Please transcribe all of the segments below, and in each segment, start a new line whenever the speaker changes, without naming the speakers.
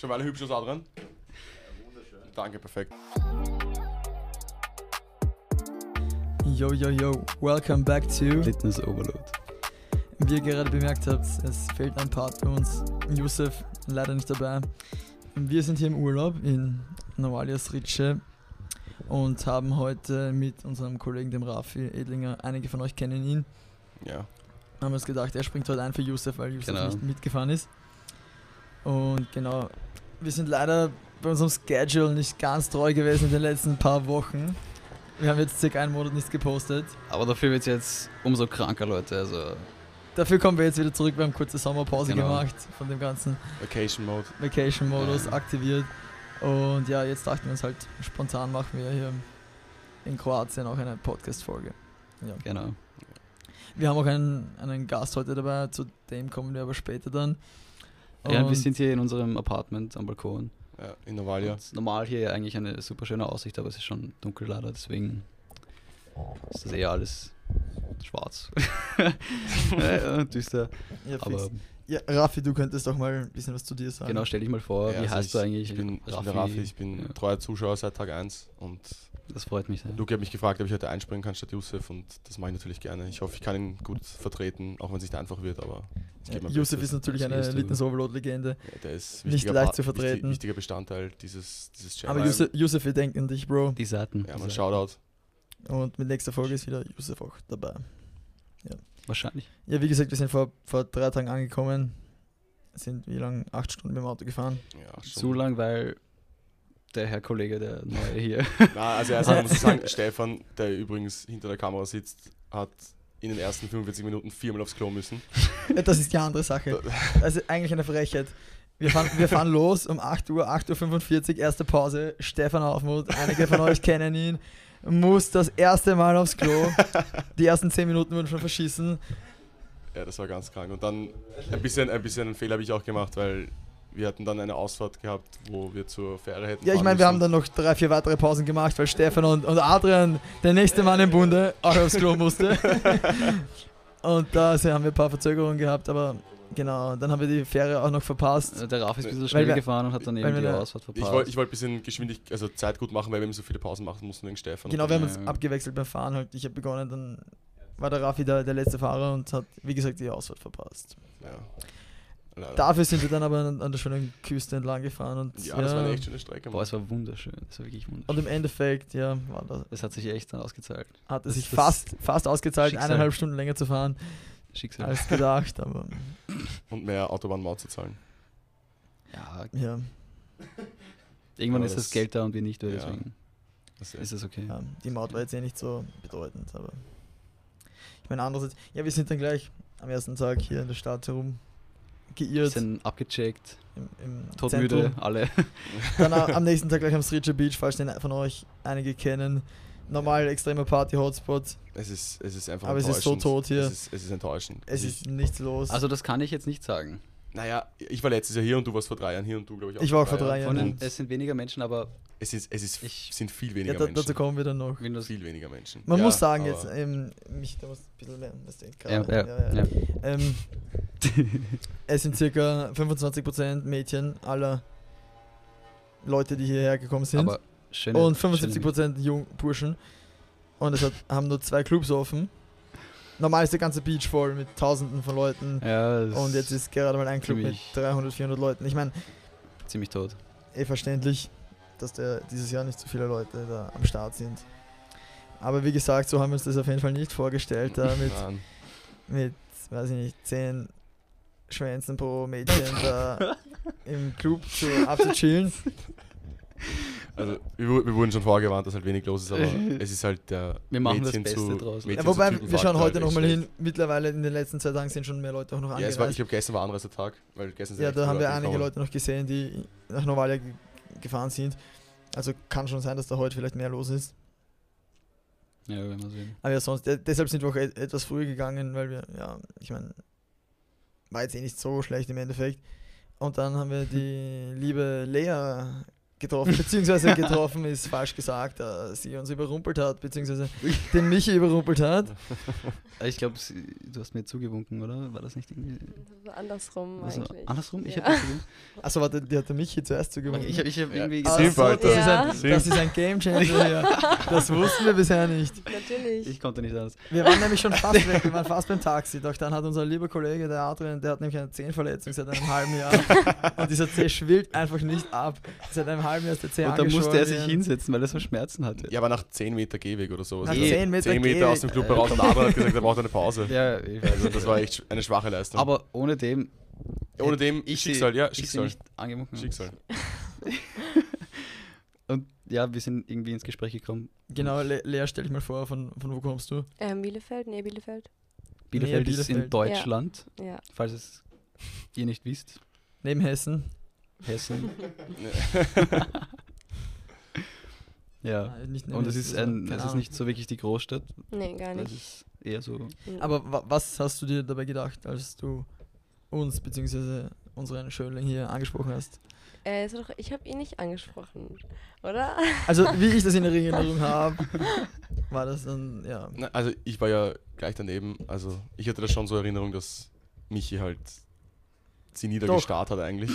Schon mal hübsch aus, Adrian? wunderschön. Danke, perfekt.
Yo, yo, yo, welcome back to.
Fitness Overload.
Wie ihr gerade bemerkt habt, es fehlt ein Part bei uns. Yusuf leider nicht dabei. Wir sind hier im Urlaub in Novalias Ritsche und haben heute mit unserem Kollegen, dem Rafi Edlinger, einige von euch kennen ihn,
Ja.
haben uns gedacht, er springt heute ein für Yusuf, weil Yusuf
Genau.
nicht mitgefahren ist. Und genau, wir sind leider bei unserem Schedule nicht ganz treu gewesen in den letzten paar Wochen. Wir haben jetzt circa einen Monat nichts gepostet.
Aber dafür wird es jetzt umso kranker, Leute. Also,
Dafür kommen wir jetzt wieder zurück. Wir haben kurze Sommerpause
Genau.
gemacht von dem ganzen
Vacation Mode.
Vacation-Modus
Ja.
aktiviert. Und ja, jetzt dachten wir uns halt, spontan machen wir hier in Kroatien auch eine Podcast-Folge.
genau.
Wir haben auch einen, einen Gast heute dabei, zu dem kommen wir aber später dann.
Ja, wir
Und
sind hier in unserem Apartment am Balkon.
Ja, in Novalia.
Und normal hier eigentlich eine super schöne Aussicht, aber es ist schon dunkel leider, deswegen ist das eher alles schwarz. Ja, Düster.
ja, fix.
Aber
ja, Raffi, du könntest doch mal ein bisschen was zu dir sagen.
genau, stell dich mal
Oh,
vor,
Ja,
wie
also
heißt du
ich-
eigentlich?
Ich bin Raffi, ich bin, der Raffi, ich bin
Ja.
treuer Zuschauer seit Tag 1 und
Das freut mich sehr.
Luke hat mich gefragt, ob ich heute einspringen kann statt Yusuf und das mache ich natürlich gerne. Ich hoffe, ich kann ihn gut vertreten, auch wenn es nicht einfach wird, aber ich gebe
Ja,
mein
Yusuf ist
Bestes.
natürlich
Das
eine
siehst du.
Litness Overload-Legende.
Ja, der ist
nicht
wichtiger
leicht
Part-
zu vertreten.
Wichtig, wichtiger Bestandteil dieses, dieses
Aber
Channel.
Yusuf, Yusuf, wir denken an dich, Bro.
Die Seiten.
Ja,
die
man
Seiten.
Shoutout.
Und mit nächster Folge ist wieder Yusuf auch dabei.
Wahrscheinlich.
Ja, wie gesagt, wir sind vor, vor drei Tagen angekommen. Sind wie lange? Acht Stunden mit dem Auto gefahren.
Ja,
Zu lang, weil der Herr Kollege, der neue hier,
Na, also erstmal muss ich sagen, Stefan, der übrigens hinter der Kamera sitzt, hat in den ersten 45 Minuten viermal aufs Klo müssen.
Ja, Das ist die andere Sache. Also eigentlich eine Frechheit. Wir fahren, wir fahren los um 8 Uhr, 8.45 Uhr, erste Pause. Stefan Aufmuth, einige von euch kennen ihn, muss das erste Mal aufs Klo. Die ersten 10 Minuten wurden schon verschissen.
Ja, das war ganz krank. Und dann ein bisschen, ein bisschen einen Fehler habe ich auch gemacht, weil wir hatten dann eine Ausfahrt gehabt, wo wir zur Fähre hätten.
Ja, ich
fahren
meine, wir haben
müssen.
dann noch drei, vier weitere Pausen gemacht, weil Stefan und, und Adrian, der nächste Mann im Bunde, auch aufs Klo musste. Und da haben wir ein paar Verzögerungen gehabt, aber genau, dann haben wir die Fähre auch noch verpasst.
der Raf ist ein bisschen
Weil
schnell
wir-
gefahren und hat dann
weil
eben
wir
die
da-
Ausfahrt verpasst.
Ich wollte ich wollt ein bisschen Geschwindigkeit, also Zeit gut machen, weil wir eben so viele Pausen machen mussten wegen Stefan.
Genau, wir haben uns
Ja.
abgewechselt beim Fahren halt. Ich habe begonnen, dann war der Raffi der, der letzte Fahrer und hat, wie gesagt, die Ausfahrt verpasst.
Ja. Leider.
Dafür sind wir dann aber an, an der schönen Küste entlang gefahren und,
ja, das war eine echt schöne Strecke.
Boah,
Mann.
es war wunderschön. Es war wirklich wunderschön.
und im Endeffekt, ja, war das,
Es hat sich echt dann ausgezahlt.
hat es
Das
sich
ist das
fast, fast ausgezahlt,
Schicksal.
eineinhalb Stunden länger zu fahren
Schicksal.
als gedacht, aber
Und mehr Autobahnmaut zu zahlen.
Ja,
ja,
irgendwann
Aber
ist das
das-
Geld da und wir nicht, weil
Ja.
deswegen
Das
ist es okay.
ja, die Maut war jetzt eh nicht so bedeutend, aber ich meine, andererseits, ja, wir sind dann gleich am ersten Tag hier in der Stadt herum geirrt,
Bisschen abgecheckt,
im, im
todmüde, alle.
Dann a- am nächsten Tag gleich am Sriracha Beach, falls den von euch einige kennen. Normal extremer Party-Hotspot.
es ist, es ist einfach
Aber es ist so
enttäuschend.
tot hier.
Es ist, es ist enttäuschend.
Es
ich,
ist nichts los.
Also das kann ich jetzt nicht sagen.
Naja, ich war letztes Jahr hier und du warst vor drei Jahren hier und du, glaube ich, auch.
Ich war auch vor drei Jahren
Von den,
Und
es sind weniger Menschen, aber
es ist, es ist,
Ich-
sind viel
ja,
weniger
da,
Menschen.
dazu kommen wir dann noch.
wenn du
Viel weniger Menschen.
Man
Ja,
muss sagen
aber
jetzt, ähm, mich, da muss ein bisschen mehr, was denkt
ja,
gerade.
ja,
Ja, ja.
ja.
Ähm, es sind circa 25% Mädchen aller Leute, die hierher gekommen sind.
Aber schöne,
und
schöne,
75% jung Burschen. Und es hat, haben nur zwei Clubs offen. Normal ist der ganze Beach voll mit Tausenden von Leuten.
ja, das
Und jetzt ist gerade mal ein Club mit
ziemlich-
300, 400 Leuten. Ich meine,
ziemlich tot.
eh verständlich, dass der dieses Jahr nicht so viele Leute da am Start sind. Aber wie gesagt, so haben wir uns das auf jeden Fall nicht vorgestellt, da mit,
Nein.
mit weiß ich nicht, 10 Schwänzen pro Mädchen da im Club zu, abzuchillen.
Also, wir, wu- wir wurden schon vorgewarnt, dass halt wenig los ist, aber es ist halt der.
Wir machen das
Mädchen
Beste
zu,
draus.
Mädchen
Ja,
zu
wobei, wir
Typenfaktor
schauen heute
halt
nochmal
echt
hin. Mittlerweile in den letzten zwei Tagen sind schon mehr Leute auch noch
schlecht. Ja, es war, ich
angereist.
glaube, gestern war ein anderer Tag, weil gestern sind
Ja,
echt
da
viele
haben wir einige
gekommen.
Leute noch gesehen, die nach Novalia ge- gefahren sind. Also kann schon sein, dass da heute vielleicht mehr los ist.
Ja, wenn wir sehen.
Aber ja, sonst, de- deshalb sind wir auch et- etwas früher gegangen, weil wir, ja, ich meine, war jetzt eh nicht so schlecht im Endeffekt. Und dann haben wir die liebe Lea getroffen, beziehungsweise getroffen ist falsch gesagt, äh, sie uns überrumpelt hat, beziehungsweise den Michi überrumpelt hat.
Ich glaube, du hast mir zugewunken, oder? War das nicht irgendwie.
Andersrum
Also,
eigentlich.
andersrum? Ich
ja.
hätte zugewunken.
Achso, warte, die hat der Michi zuerst zugemacht.
Ich habe ich hab irgendwie
Ah,
gesagt,
Simp, Alter.
Ja.
das, ist ein, das ist ein Game Changer hier. Das wussten wir bisher nicht.
Natürlich.
ich konnte nicht anders.
Wir waren nämlich schon fast weg, wir waren fast beim Taxi. Doch dann hat unser lieber Kollege, der Adrian, der hat nämlich eine Zehenverletzung seit einem halben Jahr. Und dieser Zeh schwillt einfach nicht ab. Seit einem halben Jahr ist der Zeh
Und da musste
angeschwollen
er sich
werden.
hinsetzen, weil er so Schmerzen hatte.
Ja, aber nach 10 Meter Gehweg oder sowas.
Nach
Also
10 Meter Gehweg.
aus dem Club heraus und Adrian hat gesagt, er braucht eine Pause.
Ja, ich weiß
Also
nicht.
das war echt eine schwache Leistung.
Aber ohne dem.
Ohne dem
ich sie-
Schicksal, ja,
Ich sie
Schicksal.
nicht angewunken. habe.
Schicksal.
Und ja, wir sind irgendwie ins Gespräch gekommen.
Genau, Le Lea, stell dich mal vor, von, von wo kommst du?
Ähm, Bielefeld? Nee, Bielefeld.
Bielefeld, ist in
Bielefeld.
Deutschland,
Ja.
falls es ihr nicht wisst.
Neben Hessen.
Hessen. ja.
Nein, nicht neben
Und es
Hessen,
ist,
also,
ein,
keine
es ist
Ahnung.
nicht so wirklich die Großstadt.
Nee, gar
Es
nicht.
ist eher so.
Aber wa was hast du dir dabei gedacht, als du uns bzw. unseren Schönling hier angesprochen hast?
Äh, ist doch, ich habe ihn nicht angesprochen, oder?
Also, wie ich das in Erinnerung habe, war das dann, ja.
Na, also ich war ja gleich daneben. Also ich hatte das schon so Erinnerung, dass Michi halt sie niedergestarrt hat eigentlich.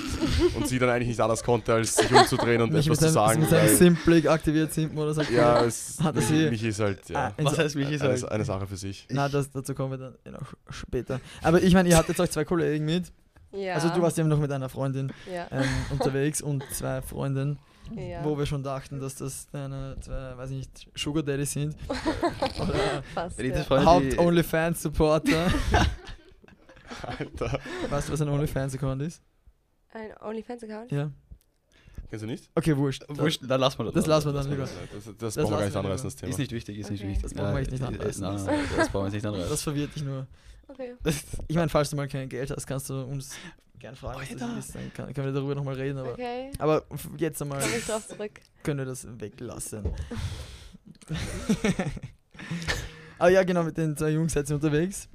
und sie dann eigentlich nicht anders konnte, als sich umzudrehen und
Mich
etwas
mit
zu
seinem,
sagen.
mit seinem
Weil,
Simp-Blick aktiviert Simpen oder sagt,
ja, es,
Hat das hier-
Michi ist halt ja,
Ah,
Was heißt mich ist
eine,
halt?
eine Sache für sich.
na, das, dazu kommen wir dann eh noch später. Aber ich meine, ihr hattet euch zwei Kollegen mit.
Ja.
Also, du warst eben noch mit einer Freundin
Ja.
ähm, unterwegs und zwei Freundinnen.
ja.
wo wir schon dachten, dass das deine, zwei, weiß ich nicht, Sugar Daddy sind. Oder
Fast.
Wenn ich
Ja.
das Freunde, die-
Haupt-OnlyFans-Supporter.
Alter.
weißt du, was ein OnlyFans-Account ist?
Ein OnlyFans-Account?
Ja.
Kennst du nicht?
Okay, wurscht.
Wurscht, dann lassen wir das.
Das lassen wir dann lieber.
Das, das, brauchen wir gar
lassen
nicht
wir
anreißen, das
lieber.
Thema.
Ist nicht wichtig, ist nicht
Okay.
wichtig.
Das
brauchen wir echt nicht
Ja,
anreißen.
Nein, nein, das brauchen wir jetzt nicht
Das
anreißen.
verwirrt dich nur.
Okay.
Ich meine, falls du mal kein Geld hast, kannst du uns gern fragen, was das
Alter.
ist. Dann kann, können wir darüber nochmal reden. Aber,
Okay.
aber jetzt einmal
Komm ich drauf zurück.
können wir das weglassen. aber ja, genau, mit den zwei Jungs seid ihr unterwegs.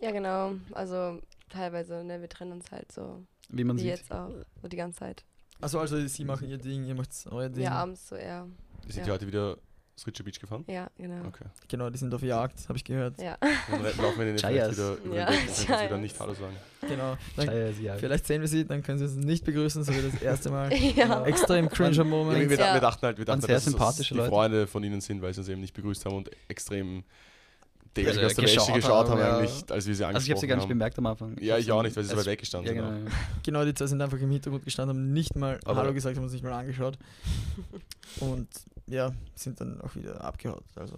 Ja, genau. Also teilweise, ne, wir trennen uns halt so.
Wie man
Wie
sieht.
jetzt auch. So die ganze Zeit.
Achso, also sie machen ihr Ding, ihr macht euer Ding.
Ja, abends so eher.
Wir sind
Ja.
ja heute wieder Sritcher Beach gefahren.
Ja, genau.
Okay.
Genau, die sind auf Jagd, habe ich gehört.
Ja.
Dann re- laufen wir denen vielleicht
Chayas.
wieder über den
Ja,
Weg, dass wir
Chayas.
dann nicht Hallo sagen.
Genau. Dann
Ja, ja, ja.
Vielleicht sehen wir sie, dann können sie uns nicht begrüßen, so wie das erste Mal. Genau.
Ja.
Extrem cringer
Ja, wir,
Moment.
wir,
Ja.
wir dachten halt, wir
Waren
dachten,
sehr
dass es
sympathische
die
Leute.
Freunde von ihnen sind, weil sie uns eben nicht begrüßt haben und extrem dämlich
Also,
aus der
geschaut
Wäsche geschaut haben,
haben, ja.
eigentlich, als wir sie angesprochen
Also ich habe sie gar nicht
haben.
bemerkt am Anfang.
Ja, ich auch nicht, weil sie so
Also-
weit weggestanden
ja,
sind.
genau.
Genau, die zwei sind einfach im Hintergrund gestanden, haben nicht mal
Aber-
Hallo gesagt, haben uns nicht mal angeschaut. Und ja, sind dann auch wieder abgehaut. Also,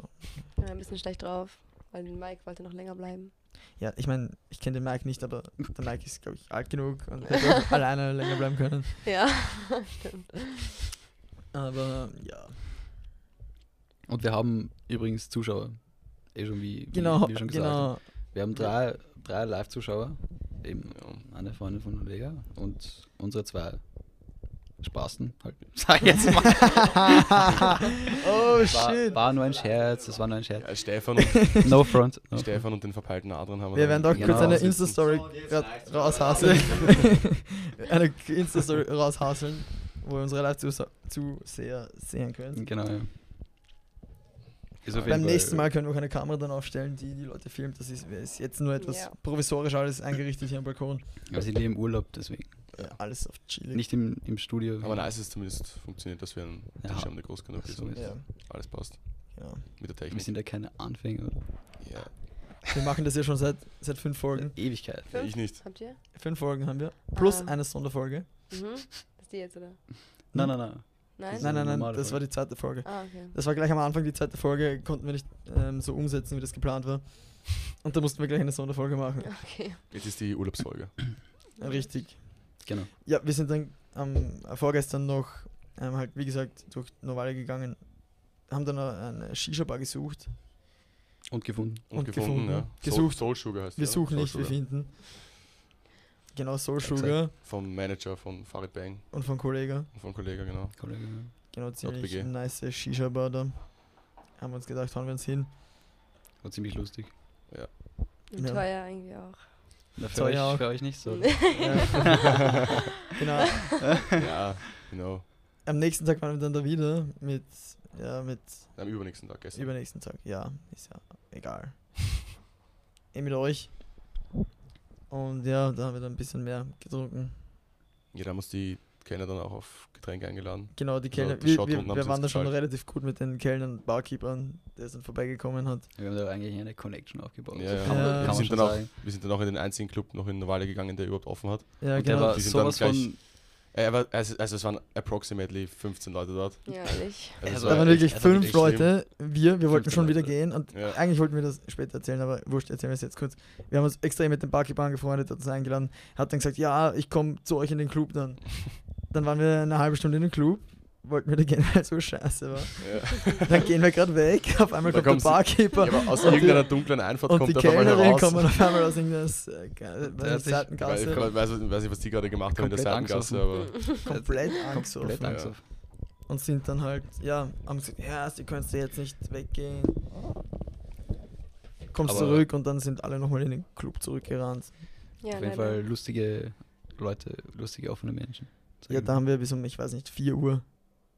Ich war ein bisschen schlecht drauf, weil Mike wollte noch länger bleiben.
ja, ich meine, ich kenne den Mike nicht, aber der Mike ist, glaube ich, alt genug und hätte auch alleine länger bleiben können.
Ja, stimmt.
Aber ja,
Und wir haben übrigens Zuschauer. Eh schon wie, wie,
genau,
wie schon gesagt.
genau.
Wir haben drei, drei Live-Zuschauer. Eben
Ja.
eine Freundin von Olega und unsere zwei Spasten halt. Sag jetzt mal.
oh
War,
shit.
war nur ein Scherz, das war nur ein Scherz.
Ja, Stefan, und,
No front. No front.
Stefan und den verpeilten Adrian haben
Wir werden doch
Genau.
kurz eine
sitzen.
Insta-Story grad raushaseln. eine Insta-Story raushaseln, wo wir unsere Live-Zuseher sehen können.
Genau, ja. Ist auf jeden
Beim
Fall-
nächsten Mal können wir auch eine Kamera dann aufstellen, die die Leute filmt. Das ist, ist jetzt nur etwas
Ja.
provisorisch alles eingerichtet hier am Balkon.
Wir sind eh im Urlaub, deswegen.
Ja, alles auf Chili.
Nicht im, im Studio.
Aber nice ist zumindest funktioniert, dass wir einen
Ja.
Tisch haben, der groß genug
Ach
ist
so,
und
ja.
ja,
alles passt.
genau.
Mit der
Wir
Technik.
sind ja keine Anfänger, oder?
Ja.
Wir machen das ja schon seit, seit fünf Folgen.
Äh, Ewigkeit.
Ja, ich nicht.
Habt ihr?
Fünf Folgen haben wir. Plus
Ah.
eine Sonderfolge.
Mhm. Ist die jetzt, oder?
Nein, nein, nein.
Nein?
Das ist
Nein,
eine
nein, nein,
normale
das war
Folge.
die zweite Folge.
Ah, okay.
Das war gleich am Anfang, die zweite Folge konnten wir nicht ähm, so umsetzen, wie das geplant war. Und da mussten wir gleich eine Sonderfolge machen.
Okay.
Jetzt ist die Urlaubsfolge.
Richtig.
Genau.
Ja, wir sind dann am- äh, vorgestern noch ähm, halt, wie gesagt, durch Novale gegangen, haben dann äh, eine eine Shisha-Bar gesucht.
Und gefunden.
Und gefunden.
ja.
Gesucht.
Soul, Soul Sugar heißt
Wir
ja.
suchen
Soul
nicht, wir
Sugar.
finden. Genau, Soul
Exakt.
Sugar
Vom Manager von Farid Bang
und von Kollega.
und vom Kollegen, genau.
Kollege.
Genau, ziemlich
JPG.
nice Shisha-Bar da. Haben wir uns gedacht, hauen wir uns hin.
War ziemlich lustig.
Und
Ja.
teuer irgendwie auch.
Na, für,
Teuer auch.
euch, für euch nicht so.
Ja. genau,
ja, genau.
am nächsten Tag waren wir dann da wieder mit, ja, mit
Am übernächsten Tag gestern.
übernächsten Tag. Ja, ist ja egal. eh mit euch. Und ja, da haben wir dann ein bisschen mehr getrunken.
ja, da haben uns die Kellner dann auch auf Getränke eingeladen.
Genau, die
Genau,
Kellner.
die
wir
Schottrunden
wir,
haben
wir
sie
waren
uns
da schon
geschaltet.
relativ gut mit den Kellnern und Barkeepern, der dann vorbeigekommen hat.
Wir haben da eigentlich eine Connection aufgebaut.
Ja, ja.
Kann man,
Ja.
kann
Wir,
man
sind
schon
dann auch,
sagen.
wir sind dann auch in den einzigen Club noch in Wale gegangen, der überhaupt offen hat.
Ja,
Und der
genau.
war
Die sind dann
sowas
gleich-
von
Äh, er war, also, also es waren approximately 15 Leute dort.
Ja, ehrlich.
Also es
Also,
war
Da waren
echt-
wirklich
echt
fünf
schlimm.
Leute. Wir, wir wollten
Fünf
schon wieder
Leute.
gehen und
Ja.
eigentlich wollten wir das später erzählen, aber wurscht, erzählen wir es jetzt kurz. Wir haben uns extrem mit dem Barkeeper angefreundet, hat uns eingeladen, hat dann gesagt, ja, ich komme zu euch in den Club dann. Dann waren wir eine halbe Stunde in den Club, wollten wieder gehen, weil es so scheiße war.
Ja.
Dann gehen wir gerade weg, auf einmal
Da
kommt der
Ja,
Barkeeper
aber aus
und die-
irgendeiner dunklen Einfahrt
und die
kommt auf einmal
Kellnerin
heraus.
kommen auf einmal aus irgendwas, äh, ge-
Der
weiß
hat sich-
nicht, Seitengasse,
Weil, ich weiß, weiß nicht, was die gerade gemacht haben in der
Komplett
Seitengasse, aber
komplett
komplett
angesoffen.
Ja.
angesoffen.
Und sind dann halt, ja, haben gesagt, ja, sie könntest jetzt nicht weggehen. Kommst
Aber-
zurück und dann sind alle nochmal in den Club zurückgerannt.
Ja,
Auf jeden
leider.
Fall lustige Leute, lustige offene Menschen.
Ja, da haben wir bis um, ich weiß nicht, 4 Uhr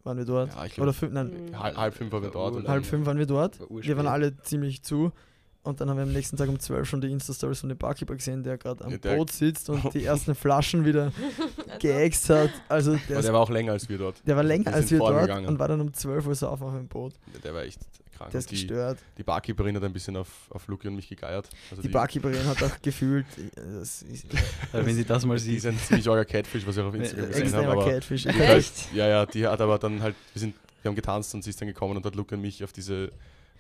waren wir dort.
ja, ich
Oder
glaube,
fünf, nein,
Mhm.
halb, halb fünf waren wir dort. und
halb
dann-
fünf waren wir dort.
War
Wir
urspät.
waren alle ziemlich zu. Und dann haben wir am nächsten Tag um 12 schon die Insta-Stories von dem Barkeeper gesehen, der gerade am
Ja, der-
Boot sitzt und die ersten Flaschen
Also.
wieder geäxt hat. Also der,
Aber
ist,
der war auch länger als wir dort.
der war länger als
sind
wir
vor allem
dort
gegangen.
und war dann um 12 Uhr sauf auf dem Boot.
Der war echt krank.
Der ist
Und Also die,
gestört.
die Barkeeperin hat ein bisschen auf, auf Luki und mich gegeiert. Also
Die Barkeeperin hat auch gefühlt, äh, das ist
Weil Also wenn sie das mal
die
sieht,
ist ein ziemlich arger Catfish, was ich auch auf
Ja,
Instagram gesehen habe.
Äh, extremer
Aber
Catfish.
die hat Halt, ja, ja, die hat aber dann halt, wir, sind, wir haben getanzt und sie ist dann gekommen und hat Luki und mich auf diese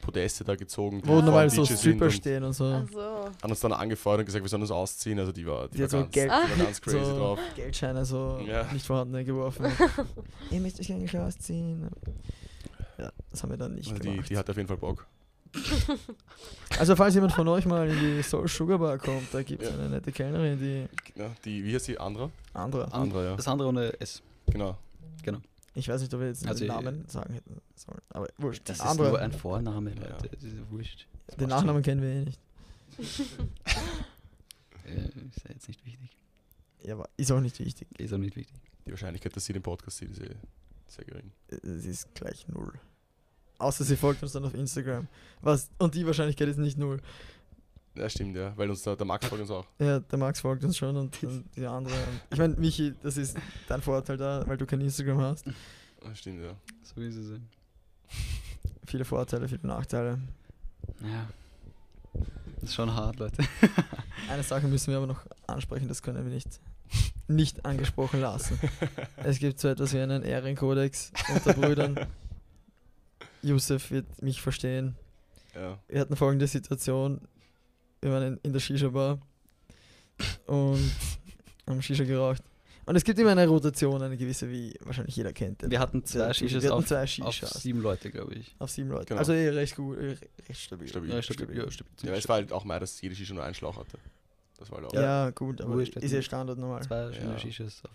Podeste da gezogen. die
Wo
vor
normal
dem
so
DJ sind
Stripper
und
stehen und so.
Ach so.
Hat uns dann angefeuert und gesagt, wir sollen uns ausziehen. Also die war, die
Die
war,
hat so
ganz,
Geld-
die war ganz crazy
so
drauf.
Geldscheine so
Ja.
nicht vorhandene geworfen. Ihr müsst euch eigentlich ausziehen. Ja, das haben wir dann nicht
Also die,
gemacht.
die hat auf jeden Fall Bock.
Also falls jemand von euch mal in die Soul Sugar Bar kommt, da gibt es
Ja.
eine nette Kellnerin, die
Ja, die, wie heißt sie? Andra?
andere.
An-
Andra, ja.
das andere ohne S.
Genau.
Ich weiß nicht, ob wir jetzt
Also,
den Namen sagen hätten sollen. Aber wurscht.
Das ist nur
andere.
ein Vorname,
Ja.
Leute. Das ist wurscht. Das
Den
macht
Nachnamen kennen wir eh nicht.
schon. Äh, ist ja jetzt nicht wichtig.
Ja, aber ist auch nicht wichtig.
Ist auch nicht wichtig.
Die Wahrscheinlichkeit, dass sie den Podcast sieht, ist eh sehr gering.
Es ist gleich null. Außer sie folgt uns dann auf Instagram. Was, und die Wahrscheinlichkeit ist nicht null.
Ja, stimmt, ja. Weil uns da, der Max folgt uns auch.
Ja, der Max folgt uns schon und, und die andere. Ich meine, Michi, das ist dein Vorteil da, weil du kein Instagram hast.
Ja, Stimmt, ja.
So ist es.
Viele Vorteile, viele Nachteile.
ja. Ja. Das ist schon hart, Leute.
Eine Sache müssen wir aber noch ansprechen, das können wir nicht, nicht angesprochen lassen. Es gibt so etwas wie einen Ehrenkodex unter Brüdern. Yusuf wird mich verstehen.
ja.
Wir hatten folgende Situation. Wir waren in, in der Shisha-Bar und haben Shisha geraucht. Und es gibt immer eine Rotation, eine gewisse, wie wahrscheinlich jeder kennt.
Wir hatten zwei
Wir
Shishas
hatten
auf,
zwei
auf
Shishas.
sieben Leute, glaube ich.
Auf sieben Leute.
Genau.
Also eh recht gut, eh re- recht stabil.
Stabil.
Ja, stimmt. Ja, stimmt.
Ja, es war halt auch mal, dass jede Shisha nur einen Schlauch hatte. Das war halt auch
Ja, gut, aber
Wurscht,
ist ja
hätten-
Standard normal.
Zwei schöne
Ja.
Shishas. Auf,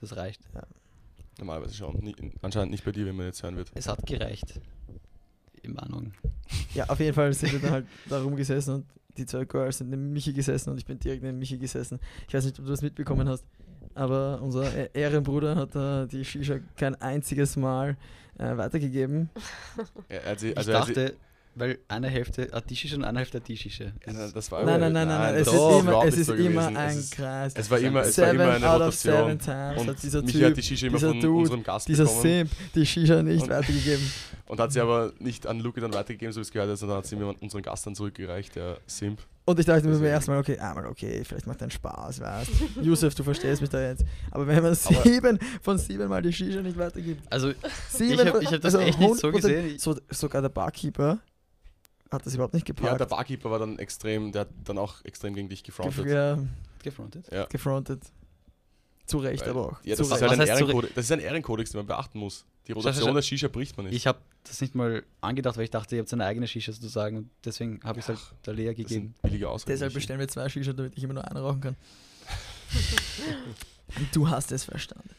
das reicht.
normalerweise schon. Nie, anscheinend nicht bei dir, wenn man jetzt hören wird.
Es hat gereicht. In Mahnung.
Ja, auf jeden Fall sind wir dann halt da rumgesessen und die zwei Girls sind neben Michi gesessen und ich bin direkt neben Michi gesessen. Ich weiß nicht, ob du das mitbekommen hast, aber unser Eh- Ehrenbruder hat da die Shisha kein einziges Mal äh, weitergegeben.
Er, er hat sie,
Ich
also er hat sie-
dachte, weil eine Hälfte hat die Shisha und eine Hälfte hat die Shisha.
Ja, na, das war
Nein, nein, nein, nein, nein, es
das
ist immer,
überhaupt
es
nicht
ist
so
immer
gewesen.
ein
es, ist-
Kreis.
es war immer, es war
seven
immer eine
out of seven
Rotation.
times hat dieser
Und Michi hat
Typ,
die Shisha immer
dieser
von
Dude,
unserem Gast
dieser
bekommen
Simp, die Shisha nicht
Und-
weitergegeben.
und hat sie aber nicht an Luke dann weitergegeben, so wie es gehört hat, sondern hat sie mir unseren Gast dann zurückgereicht, der Simp.
Und ich dachte mir beim
Deswegen.
ersten Mal, okay, einmal okay, vielleicht macht dein Spaß, weißt Yusuf, du verstehst mich da jetzt. Aber wenn man
Aber-
sieben von sieben Mal die Shisha nicht weitergibt.
Also,
Sieben
Ich hab-
von-
ich hab das echt nicht so
100%
gesehen.
So, sogar der Barkeeper hat das überhaupt nicht
Ja, der
gepackt.
Barkeeper war dann extrem, der hat dann auch extrem gegen dich
Gef
gefrontet.
ja,
gefrontet.
gefrontet. Zu Recht
Weil-
aber auch.
Ja,
Zu
das ist,
Recht.
halt
Was
ein
heißt zu Recht?
Ehrenkodex, das ist ein Ehrenkodex, den man beachten muss. Die
schau,
Rotation
schau.
der Shisha bricht man nicht.
Ich habe das nicht mal angedacht, weil ich dachte, ihr habt eine eigene Shisha sozusagen und deswegen habe ich es halt der Lea
das sind
gegeben.
billige Ausreden.
Deshalb bestellen wir zwei Shisha, damit ich immer nur eine rauchen kann. du hast es verstanden.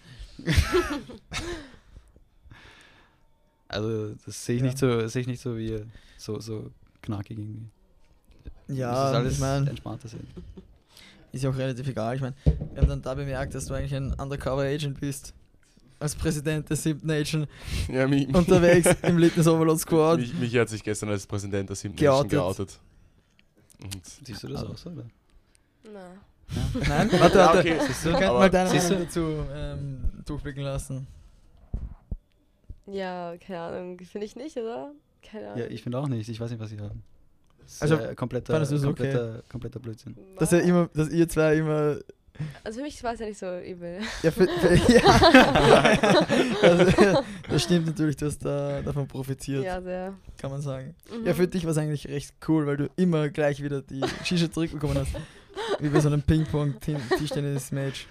Also das sehe ich
Ja.
nicht so, sehe ich nicht so wie ihr, so, so knackig irgendwie. das ist
Ja,
alles
ich meine,
entspannter sein.
ist ja auch relativ egal. Ich meine, wir haben dann da bemerkt, dass du eigentlich ein Undercover-Agent bist. als Präsident der Simp Nation
Ja, mich, mich,
unterwegs im Litness Overload Squad.
mich, mich hat sich gestern als Präsident der Simp Nation
Geoutet.
geoutet. Und
Siehst du das
Aber-
aus, oder?
Na.
Nein, warte,
Ja,
warte.
okay.
Siehst
Wir
du?
könnten
Aber
mal deine
siehst
Meinung dazu ähm, durchblicken lassen.
Ja, keine Ahnung. Finde ich nicht, oder? Keine Ahnung.
Ja, ich finde auch nicht. Ich weiß nicht, was sie haben. Das ist,
Also,
äh, kompletter,
fandest du es okay?
kompletter, kompletter Blödsinn.
Dass, er immer, dass ihr zwei immer.
Also für mich war es ja nicht so übel.
Ja, für, für, ja. also, das stimmt natürlich, du hast da, davon profitiert,
Ja, sehr.
kann man sagen.
Mhm.
Ja, für dich war es eigentlich recht cool, weil du immer gleich wieder die Shisha zurückbekommen hast. Wie bei so einem Ping-Pong-Tischtennis-Match.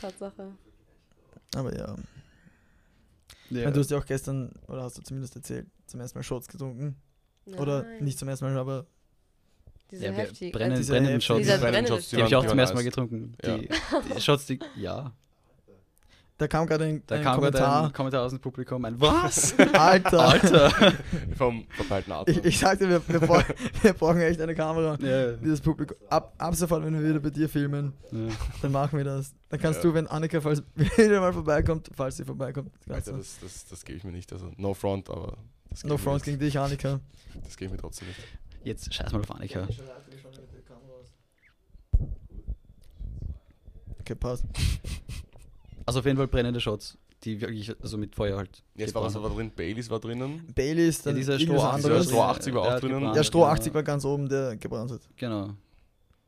Tatsache.
Aber ja. Ich
Ja.
meine, Du hast ja auch gestern, oder hast du zumindest erzählt, zum ersten Mal Shots getrunken. Oder
Nein.
nicht zum ersten Mal, aber
Diese
Ja, wir
heftig.
brennen-
also
diese
brennenden
heftigen-
Shots.
Dieser
die brennenden
brennende
Shots,
Shot.
Die habe ich auch
waren-
zum
waren
ersten Mal
nice.
getrunken.
Ja.
Die, die Shots, die. Ja.
Da kam gerade ein,
Da
ein
kam Kommentar.
Kommentar.
ein Kommentar aus dem Publikum. Ein Was?
Alter,
Alter!
Vom verpeilten Atmen.
Ich, ich sagte, wir, wir, brauchen, wir brauchen echt eine Kamera.
ja, ja.
Dieses Publikum. Ab, ab sofort, wenn wir wieder bei dir filmen, dann machen wir das. Dann kannst
Ja.
du, wenn Annika falls wieder mal vorbeikommt, falls sie vorbeikommt, das
Alter,
Ganze.
das, das, das gebe ich mir nicht. Also, no front, aber. Das gebe
No
ich mir
front
nicht.
gegen dich, Annika.
Das gebe ich mir trotzdem nicht.
Jetzt scheiß mal auf Annika.
Okay, passt.
Also auf jeden Fall brennende Shots, die wirklich also mit Feuer halt.
Jetzt war was
gebrannt
war drin? Baileys war drinnen.
Baileys,
haben.
dann
ja, dieser
irgendwas
Stroh 80
Dieser
anderes.
Stroh 80 war auch drinnen.
Ja, Stroh 80 war ganz oben, der gebrannt hat.
Genau.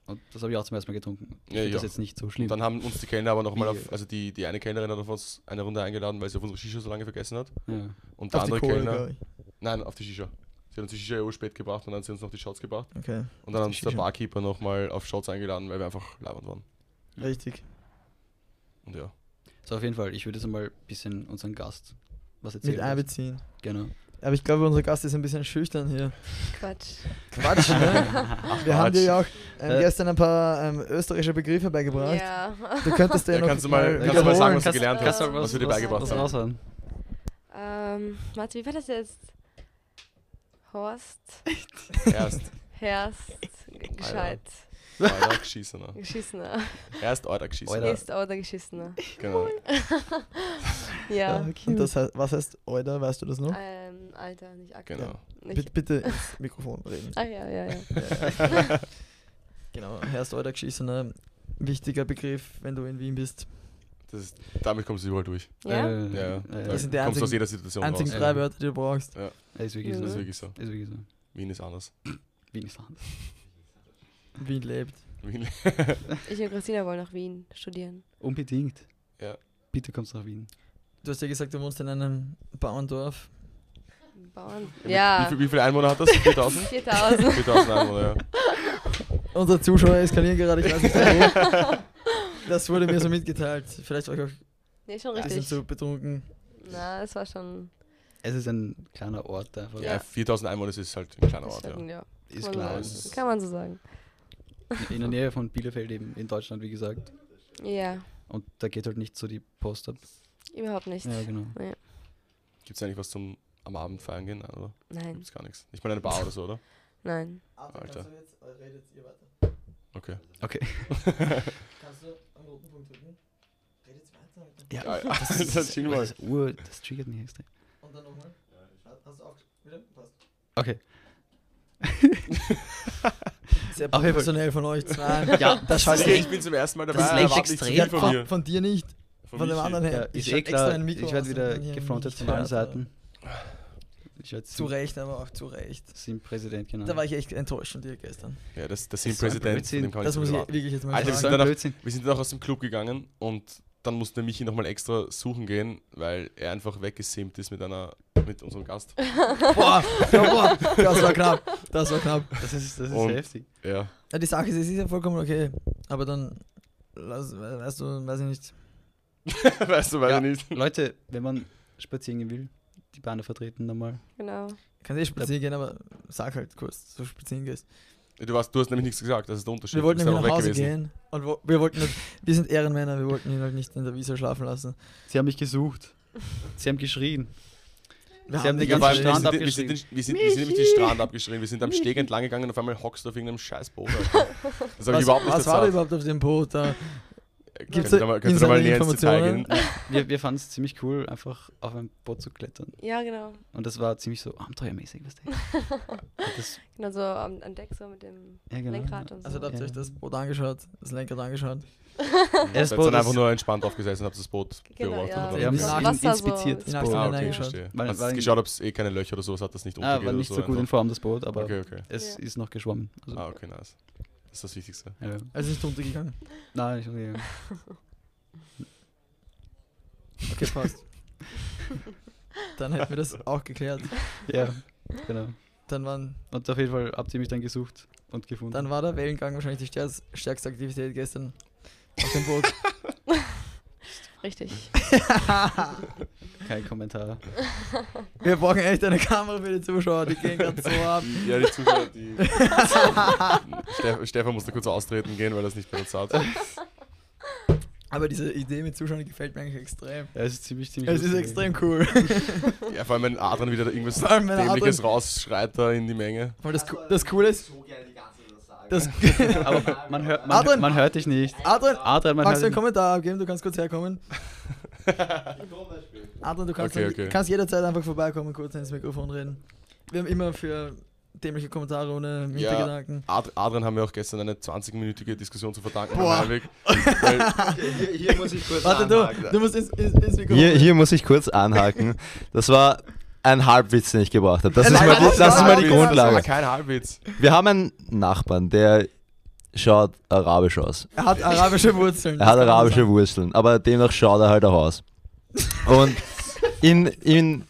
Und das habe ich auch zum ersten Mal getrunken. Ich
Ja,
finde
ich
das
auch.
jetzt nicht so schlimm.
Und dann haben uns die Kellner aber nochmal
Wie-
auf. Also die, die eine Kellnerin hat auf uns eine Runde eingeladen, weil sie auf unsere Shisha so lange vergessen hat.
ja.
Und der
Auf die
andere
Kohle,
Kellner.
glaub ich.
Nein, auf die Shisha. Sie hat uns die Shisha eh spät gebracht und dann hat sie uns noch die Shots gebracht.
Okay,
Und dann haben
Auf die
uns der
Shisha.
Barkeeper nochmal auf Shots eingeladen, weil wir einfach labern waren.
richtig.
Und ja.
So, auf jeden Fall, ich würde jetzt mal ein bisschen unseren Gast was erzählen.
Mit einbeziehen.
Genau.
Aber ich glaube, unser Gast ist ein bisschen schüchtern hier.
Quatsch.
Quatsch, ne? Wir haben dir ja auch ähm,
Äh.
gestern ein paar ähm, österreichische Begriffe beigebracht.
Ja.
Du könntest dir
Ja,
noch äh,
kannst du mal, kannst du mal
wiederholen.
sagen, was du
Kannst-
gelernt hast,
kannst du
was wir dir
was-
beigebracht
was
haben?
raus-
raushauen?
Ähm, warte, wie war das jetzt? Horst,
Erst
Herst, g- gescheit,
eurer Geschissener.
Geschissener.
ne? Erst eurer Geschissener.
Eurer.
Ist oder Geschissener.
Genau.
Ja.
Ah, Und das heißt, was heißt Euder, weißt du das noch?
Ähm, Alter, nicht Akte.
genau.
Bitte,
Nicht.
bitte ins Mikrofon reden.
Ah ja, ja, ja.
Genau, Herst Euder geschießener, wichtiger Begriff, wenn du in Wien bist.
Das ist, damit kommst du überall durch.
Ja?
Äh,
Ja, ja.
Äh,
Da
Das sind
kommst
die einzigen-
du aus jeder Situation raus.
Einzigen
Ja.
drei Wörter, die du brauchst.
äh, ist wirklich
Das ist
so.
wirklich so.
Ist wirklich so.
Wien ist anders.
Wien ist anders.
Wien lebt.
Wien
Ich und Christina wollen nach Wien studieren.
Unbedingt.
Ja.
Bitte kommst nach Wien.
Du hast ja gesagt, du wohnst in einem Bauerndorf.
Bauern.
Wie,
Ja.
viel, wie viele Einwohner hat das? 4000?
4000.
4000 Einwohner, ja.
Unser Zuschauer eskalieren gerade, ich weiß nicht warum. Das wurde mir so mitgeteilt. Vielleicht war ich auch ein
Nee, schon
bisschen
richtig.
zu betrunken.
Na, es war schon.
Es ist ein kleiner Ort einfach.
ja. 4000 Einwohner das ist halt ein kleiner
das
Ort,
war-
ja.
ja.
Ist
Kann man
klar.
sagen.
es ist
Kann man so sagen.
in der Nähe von Bielefeld eben in Deutschland, wie gesagt.
Ja,
Und da geht halt nicht so die Post ab.
überhaupt nicht.
Ja, genau.
Gibt es eigentlich was zum am Abend feiern gehen? Nein, Oder?
Nein,
Gibt's gar nichts. Nicht mal eine Bar oder so, oder?
nein.
Also,
Alter.
äh,
Okay.
Kannst du am roten Punkt drücken? Redet weiter, Alter.
Ja,
Ja, ja.
das,
Das
ist,
hat Sinn
das, ist Ur, das triggert mich extrem.
Und dann nochmal. Hast du auch wieder? Passt.
Okay.
Sehr
Auf jeden Fall.
professionell von euch zwei.
Ja,
das schaut
Okay,
echt.
ich bin zum ersten Mal dabei.
Das ist echt
erwarte nicht zu
extrem.
viel von
Von,
mir.
von dir nicht, von, dem
Michi.
anderen
Ja,
her.
ist
hab
eh klar,
ein Mikro
ich werde
aus und
wieder
kann hier
gefrontet
nicht
von allen
weiter.
Seiten. Ich werde
Zu Recht, aber auch zu Recht.
Sim-Präsident genannt.
Da war ich echt enttäuscht von dir gestern.
Ja, das, das
Das
sind
ist so ein
Präsident,
Blödsinn.
von dem kann
Das
ich nicht
muss ich
mehr warten.
wirklich jetzt mal
Alter, wir
sagen.
so
sind
ein
danach-
Blödsinn.
Wir sind dann auch aus dem Club gegangen und dann musste der Michi nochmal extra suchen gehen, weil er einfach weggesimt ist mit einer mit unserem Gast.
Boah, ja, boah, das war knapp. Das war knapp.
Das ist, das ist
Und-
heftig.
Ja.
Ja, die Sache ist, es ist ja vollkommen okay. Aber dann, lass, we- weißt du, weiß ich nicht.
weißt du, weil
Ja.
er nicht.
Leute, wenn man spazieren gehen will, die Beine vertreten normal.
Genau.
Kann eh spazieren gehen, aber sag halt kurz, dass du spazieren gehst.
Du, warst, du hast nämlich nichts gesagt, das ist der Unterschied.
Wir wollten
Du bist
nämlich nach
einfach
Hause
weg gewesen.
gehen. Und wo, wir wollten, nicht, wir sind Ehrenmänner, wir wollten ihn halt nicht in der Wiese schlafen lassen.
Sie haben mich gesucht. Sie haben geschrien.
Wir
Sie haben
nicht
den
Ja, vor allem,
ganzen
geschrieben.
wir
Strand
sind, wir, sind, den- wir, sind, wir sind nämlich den Strand abgeschrieben, wir sind am Steg entlang gegangen und auf einmal hockst du auf irgendeinem scheiß Boot. Alter. Das habe ich
Was,
überhaupt nicht
was war da
gesagt.
überhaupt auf dem Boot? Da Gibt's
Könnt ihr
da
da mal, könnt ihr da mal näher ins Detail
Insider-Informationen?
gehen?
Wir, wir fanden es ziemlich cool, einfach auf ein Boot zu klettern.
Ja, genau.
Und das war ziemlich so abenteuermäßig, weißt du? Und Das,
Genau so am, an Deck so mit dem
ja, genau.
Lenkrad und so.
Also da habt ihr euch
Ja.
das Boot angeschaut, das Lenkrad angeschaut.
Ihr
Das
seid
Boot
dann
ist-
einfach nur entspannt aufgesessen und habt das Boot
Genau,
beobachtet.
ja.
oder?
Wir haben es
Ja.
in-
Wasser so.
inspiziert. das
In
Boot.
Aktion
Ah, okay,
hineingeschaut.
verstehe.
Weil-
Hast
weil-
geschaut, ob es eh keine Löcher oder sowas hat, das nicht
Ah,
untergeht
war
oder
nicht so gut in
einfach.
Form, das Boot, aber
Okay, okay.
es
Ja.
ist noch geschwommen. Also,
Ah, okay, nice. Das ist das Wichtigste.
ja.
Also Es ist nicht untergegangen.
Nein, nicht umgegangen.
Okay, passt. Dann hätten wir das auch geklärt.
ja, genau.
Dann, waren,
Und auf jeden Fall habt ihr mich dann gesucht und gefunden.
dann war der Wellengang wahrscheinlich die stärkste, stärkste Aktivität gestern auf dem Boot.
Richtig.
Kein Kommentar.
Wir brauchen echt eine Kamera für die Zuschauer, die gehen gerade so ab.
Die- Ja, die Zuschauer, die. Steff- Stefan musste kurz austreten gehen, weil er es nicht benutzt hat.
Aber diese Idee mit Zuschauern gefällt mir eigentlich extrem.
Ja, es ist ziemlich, ziemlich
Es ist
lustig
extrem cool.
Ja, vor allem, wenn Adrian wieder da irgendwas
Vor allem, wenn Adrian-
Dämliches rausschreit da in die Menge.
Weil das, Co- das Coole ist,
so gerne die ganze Zeit das sagen.
das
eigentlich. Aber man hört, man,
Adrian!
man hört dich nicht.
Adrian,
Adrian, man
magst du
hört
einen
dich nicht.
Kommentar abgeben? Du kannst kurz herkommen. Adrian, du kannst,
Okay,
dann-
okay.
kannst jederzeit einfach vorbeikommen, kurz ins Mikrofon reden. Wir haben immer für dämliche Kommentare ohne
Ja.
Hintergedanken.
Ad Adrian haben wir auch gestern eine 20-minütige Diskussion zu verdanken. am
Boah.
Heimweg, weil-
Okay, hier, hier muss ich kurz
Warte,
anhaken.
du, du musst ins, ins, ins Mikrofon.
Hier, hier muss ich kurz anhaken. Das war ein Halbwitz, den ich gebracht habe. Das ist
Nein,
mal
nein,
die,
nein,
das ist mal die
Halbwitz, Das war
Grundlage.
kein Halbwitz.
Wir haben einen Nachbarn, der schaut arabisch aus.
Er hat arabische Wurzeln.
Er hat arabische Wurzeln, aber demnach schaut er halt auch aus. Und in, in,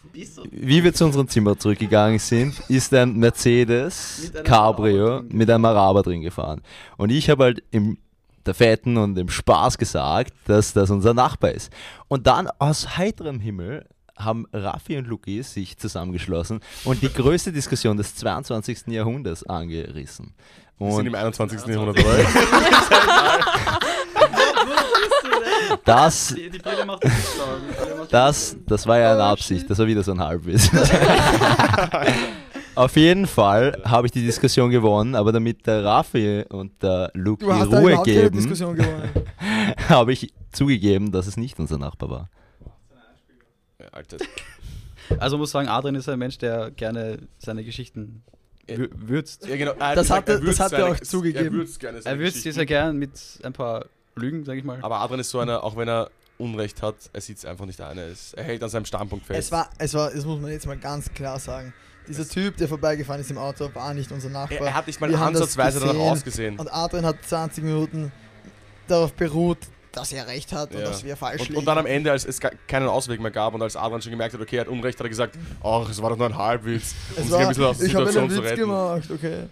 wie wir zu unserem Zimmer zurückgegangen sind, ist ein Mercedes
Mit einem
Cabrio
Araber drin.
mit einem Araber drin gefahren. Und ich habe halt im der Fetten und im Spaß gesagt, dass das unser Nachbar ist. Und dann aus heiterem Himmel haben Raffi und Luki sich zusammengeschlossen und die größte Diskussion des 22. Jahrhunderts angerissen.
Wir sind
Und
im 21. Jahrhundert dabei.
das
Die, die Brille macht dich schlagen.
Das, das war
Oh,
ja eine Absicht, das war wieder so ein Halbwissen. Auf jeden Fall habe ich die Diskussion gewonnen, aber damit der Raffi und der Luke
Du hast
die
da
Ruhe
überhaupt keine
geben,
Diskussion gewonnen.
habe ich zugegeben, dass es nicht unser Nachbar war.
Ja, Alter.
Also man muss sagen, Adrian ist ein Mensch, der gerne seine Geschichten wür- würzt.
Äh, Ja, genau. Er hat
Das
gesagt,
hat er-
er würzt
das hat er
seine-
auch zugegeben.
Er würzt gerne seine
Er würzt
Geschichten.
sehr gern mit ein paar Lügen, sag ich mal.
Aber Adrian ist so einer, auch wenn er Unrecht hat, er sieht es einfach nicht ein. Er, ist, er hält an seinem Standpunkt fest.
Es war, es war, das muss man jetzt mal ganz klar sagen. Dieser Typ, der vorbeigefahren ist im Auto, war nicht unser Nachbar.
er, er hat nicht mal
Wir haben das
ansatzweise danach
gesehen.
ausgesehen.
und Adrian hat 20 Minuten darauf beruht, dass er recht hat und
Ja.
dass wir falsch
Und,
liegen.
und dann am Ende, als es ga- keinen Ausweg mehr gab und als Adrian schon gemerkt hat, okay, er hat Unrecht, hat er gesagt, ach, es war doch nur ein Halbwitz, um
es
sich ein bisschen
war,
aus der
ich habe
Situation
einen
zu
Witz
retten.
gemacht, okay.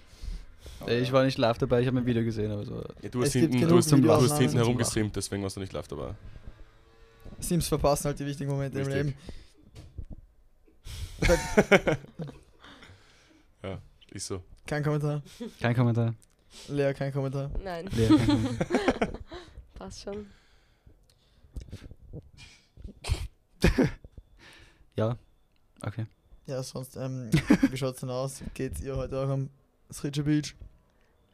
Äh, Ich war nicht live dabei, ich habe ein Video gesehen, aber so.
Ja, du hast
Es gibt
hinten, du
genug
hast, du hast
Videoaufnahmen
hinten
zum
herumgestreamt, deswegen warst du nicht live dabei.
Sims verpassen halt die wichtigen Momente im
Richtig.
Leben.
ja, ist so.
Kein Kommentar.
Kein Kommentar.
Lea, kein Kommentar.
Nein,
Nee, kein Kommentar.
passt schon.
ja. Okay.
Ja, sonst, ähm, wie schaut's denn aus? Geht's ihr heute auch am Sridge Beach?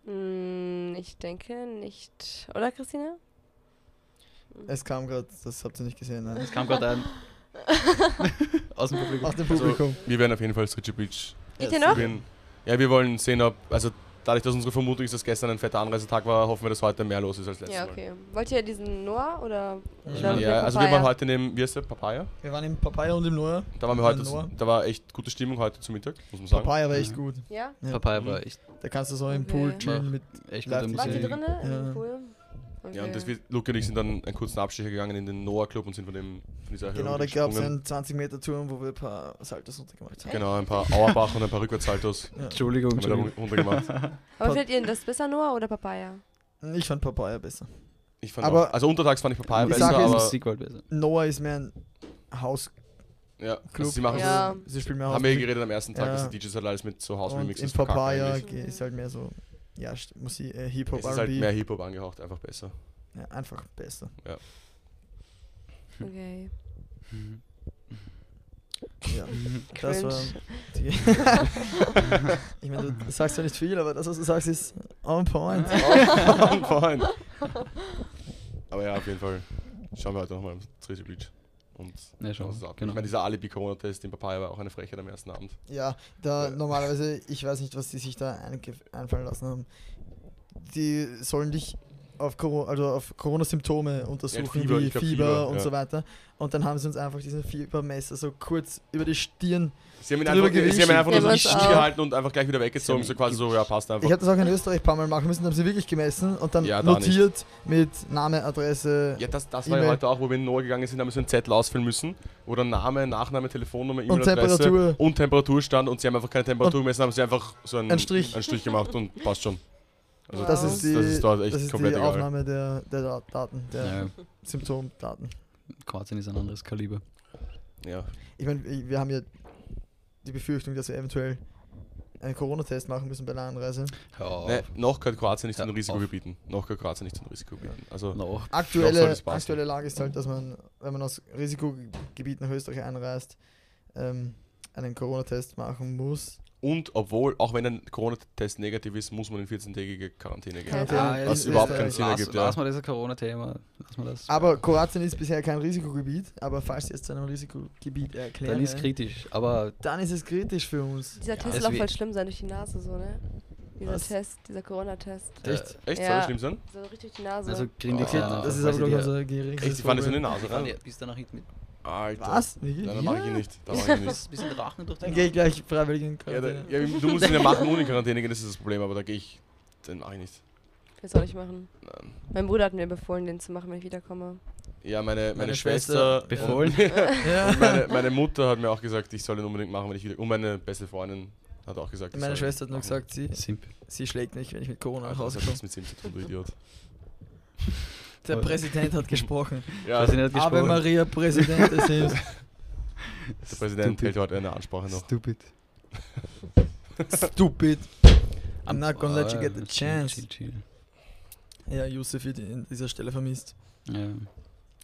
Hm, ich denke nicht. Oder, Christina?
Es kam gerade, das habt ihr nicht gesehen, nein.
Es kam gerade ein. Aus dem Publikum.
Aus dem
Also-
Publikum.
Wir werden auf jeden Fall Switchy Beach
Geht
Ja,
ihr noch?
gehen. Ja, wir wollen sehen, ob, also dadurch, dass unsere Vermutung ist, dass gestern ein fetter Anreisetag war, hoffen wir, dass heute mehr los ist als letztes
Ja, okay. Wollt ihr diesen Noah oder?
Ich
Mal.
oder
meine,
Ja, also wir
Papaya?
waren heute neben, wie heißt der, Papaya?
Wir waren im Papaya und im Noah.
Da waren wir
Ja,
heute,
Noah.
da war echt gute Stimmung heute zu Mittag, muss man sagen. mhm.
Papaya war echt
Ja.
gut.
Ja?
Ja.
Papaya war echt,
Da kannst du so im Pool
Okay.
chillen mit.
echt
Live
gute
zu
Wart ihr
sehen.
Musik.
drinnen?
Ja.
Ja. Cool. Okay.
Ja, und das, wir- Luke und ich sind dann einen kurzen Abstecher gegangen in den Noah Club und sind von, dem, von dieser Erhöhung
Genau, da gab es
gesprungen.
einen 20 Meter Turm, wo wir ein paar Saltos runtergemacht haben.
Genau, ein paar Auerbach und ein paar Rückwärtssaltos
Ja.
Entschuldigung,
haben wir da run-
Entschuldigung.
runtergemacht.
Aber
Pod-
findet ihr das besser, Noah oder Papaya?
Ich fand Papaya besser.
Ich fand
Aber-
auch, also untertags fand ich Papaya
Ich
besser,
sag jetzt-
aber
Musik war halt besser.
Noah ist mehr ein Hausclub.
ja, also sie machen
Ja.
Sie spielen mehr
Haben wir eh
Hausmusik.
geredet am ersten Tag,
Ja.
dass die DJs halt alles mit so
Und
House-Remixes
in Papaya
eigentlich.
eigentlich.
ge- ist halt mehr so, ja, St- Musik, äh,
Es
Hip-Hop,
ist halt mehr
R&B.
Hip-Hop angehaucht, einfach besser.
Ja, einfach besser.
Okay.
Ja. Das war
Cringe.
die Ich meine, du sagst ja nicht viel, aber das, was du sagst, ist on point.
Oh, Freund. Aber ja, auf jeden Fall schauen wir heute nochmal ins dritte Bleach. Und
Ne,
schauen
schon.
uns das ab.
Genau.
Ich meine, dieser Alibi-Corona-Test in Papaya war auch eine Frechheit am ersten Abend.
Ja, da
Ja.
normalerweise, ich weiß nicht, was die sich da einge- einfallen lassen haben. Die sollen dich auf, Coro also auf Corona-Symptome untersuchen,
Fieber,
wie
ich glaub,
Fieber,
Fieber,
und
ja.
so weiter. Und dann haben sie uns einfach diesen Fiebermesser so kurz über die Stirn.
Sie haben ihn
Drüber
einfach, sie haben ihn
gewichen.
einfach nur so
Ja,
in die
pass
Schiene
auf.
gehalten und einfach gleich wieder weggezogen. So quasi so, ja, passt einfach.
Ich habe das auch in Österreich ein paar Mal machen müssen, da haben sie wirklich gemessen und dann
Ja, da
notiert mit Name, Adresse.
Ja, das, das war ja
E-Mail.
heute auch, wo wir in Noah gegangen sind, haben wir so einen Zettel ausfüllen müssen, wo dann Name, Nachname, Telefonnummer,
Und
E-Mail-Adresse
Temperatur.
und Temperatur stand und sie haben einfach keine Temperatur gemessen, haben sie einfach so einen,
Einen Strich.
einen Strich gemacht und passt schon. Also
Das
Wow.
ist die,
das ist dort echt
das ist die
komplett egal.
Aufnahme der, der Da- Daten, der
Ja,
Symptomdaten.
Kroatien ist ein anderes Kaliber.
Ja.
Ich meine, wir haben ja die Befürchtung, dass wir eventuell einen Corona-Test machen müssen bei der Anreise.
Hör auf.
Nee, Ne, noch gehört Kroatien nicht zu
Ja,
den
auf.
Risikogebieten. Noch gehört Kroatien nicht zu den Risikogebieten. Also,
No.
Ich glaub, soll
Aktuelle,
das passen.
aktuelle Lage ist halt, dass man, wenn man aus Risikogebieten nach Österreich einreist, ähm, einen Corona-Test machen muss.
und obwohl, auch wenn ein Corona-Test negativ ist, muss man in 14-tägige Quarantäne gehen.
Keine-
Ah,
in
was
Österreich.
überhaupt keinen Sinn
lass,
ergibt, ja.
lass mal dieses Corona-Thema. Lass mal das.
Aber Kroatien ist bisher kein Risikogebiet, aber falls jetzt zu einem Risikogebiet erklären,
dann ist kritisch. Aber
dann ist es kritisch für uns.
Dieser
Ja,
Test soll
das
auch
wär-
voll schlimm sein durch die Nase, so, ne? Dieser
Was?
Test, dieser Corona-Test.
Echt?
Echt? Soll
Ja.
das schlimm sein?
So richtig durch die Nase.
äh, also
Oh,
Grindix.
okay,
ja,
das ist
weiß
aber
ich
glaube ich
nicht.
unser geringes
Echt? Die fahren das in die Nase
Fahren die
rein?
bis da nach hinten mit.
Alter.
Was? Wirklich?
Nein, da mach ich ihn nicht. Da mach ich ihn nicht.
Was? Bis in den Rachen durch
Dann
den
gehe ich gleich freiwillig in
Ja, da,
Quarantäne.
ja, du musst ihn ja machen ohne Quarantäne gehen, das ist das Problem, aber da gehe ich. Den mach ich nicht.
Was soll ich machen?
Nein.
Mein Bruder hat mir befohlen, den zu machen, wenn ich wiederkomme.
Ja, meine, meine,
Meine Schwester
Schwester.
befohlen.
Ja.
Und meine, meine Mutter hat mir auch gesagt, ich soll ihn unbedingt machen, wenn ich wieder. Und meine beste Freundin hat auch gesagt, ich soll
Meine
ihn
Schwester hat nur
machen.
gesagt, sie,
Simp.
sie schlägt mich, wenn ich mit Corona nach
Alter, Also, das
Hause
hat
komme.
nichts mit Sim zu tun, du Idiot.
Der Präsident hat gesprochen.
Ja,
Weiß ich
der
nicht,
Ave
gesprochen.
Maria, Präsident des Himmels.
Präsident
Stupid.
hält heute eine Ansprache noch.
Stupid.
Stupid. I'm not gonna let you get the
Ah,
chance.
Chill, chill,
Ja, Yusuf wird an dieser Stelle vermisst.
chill. Ja.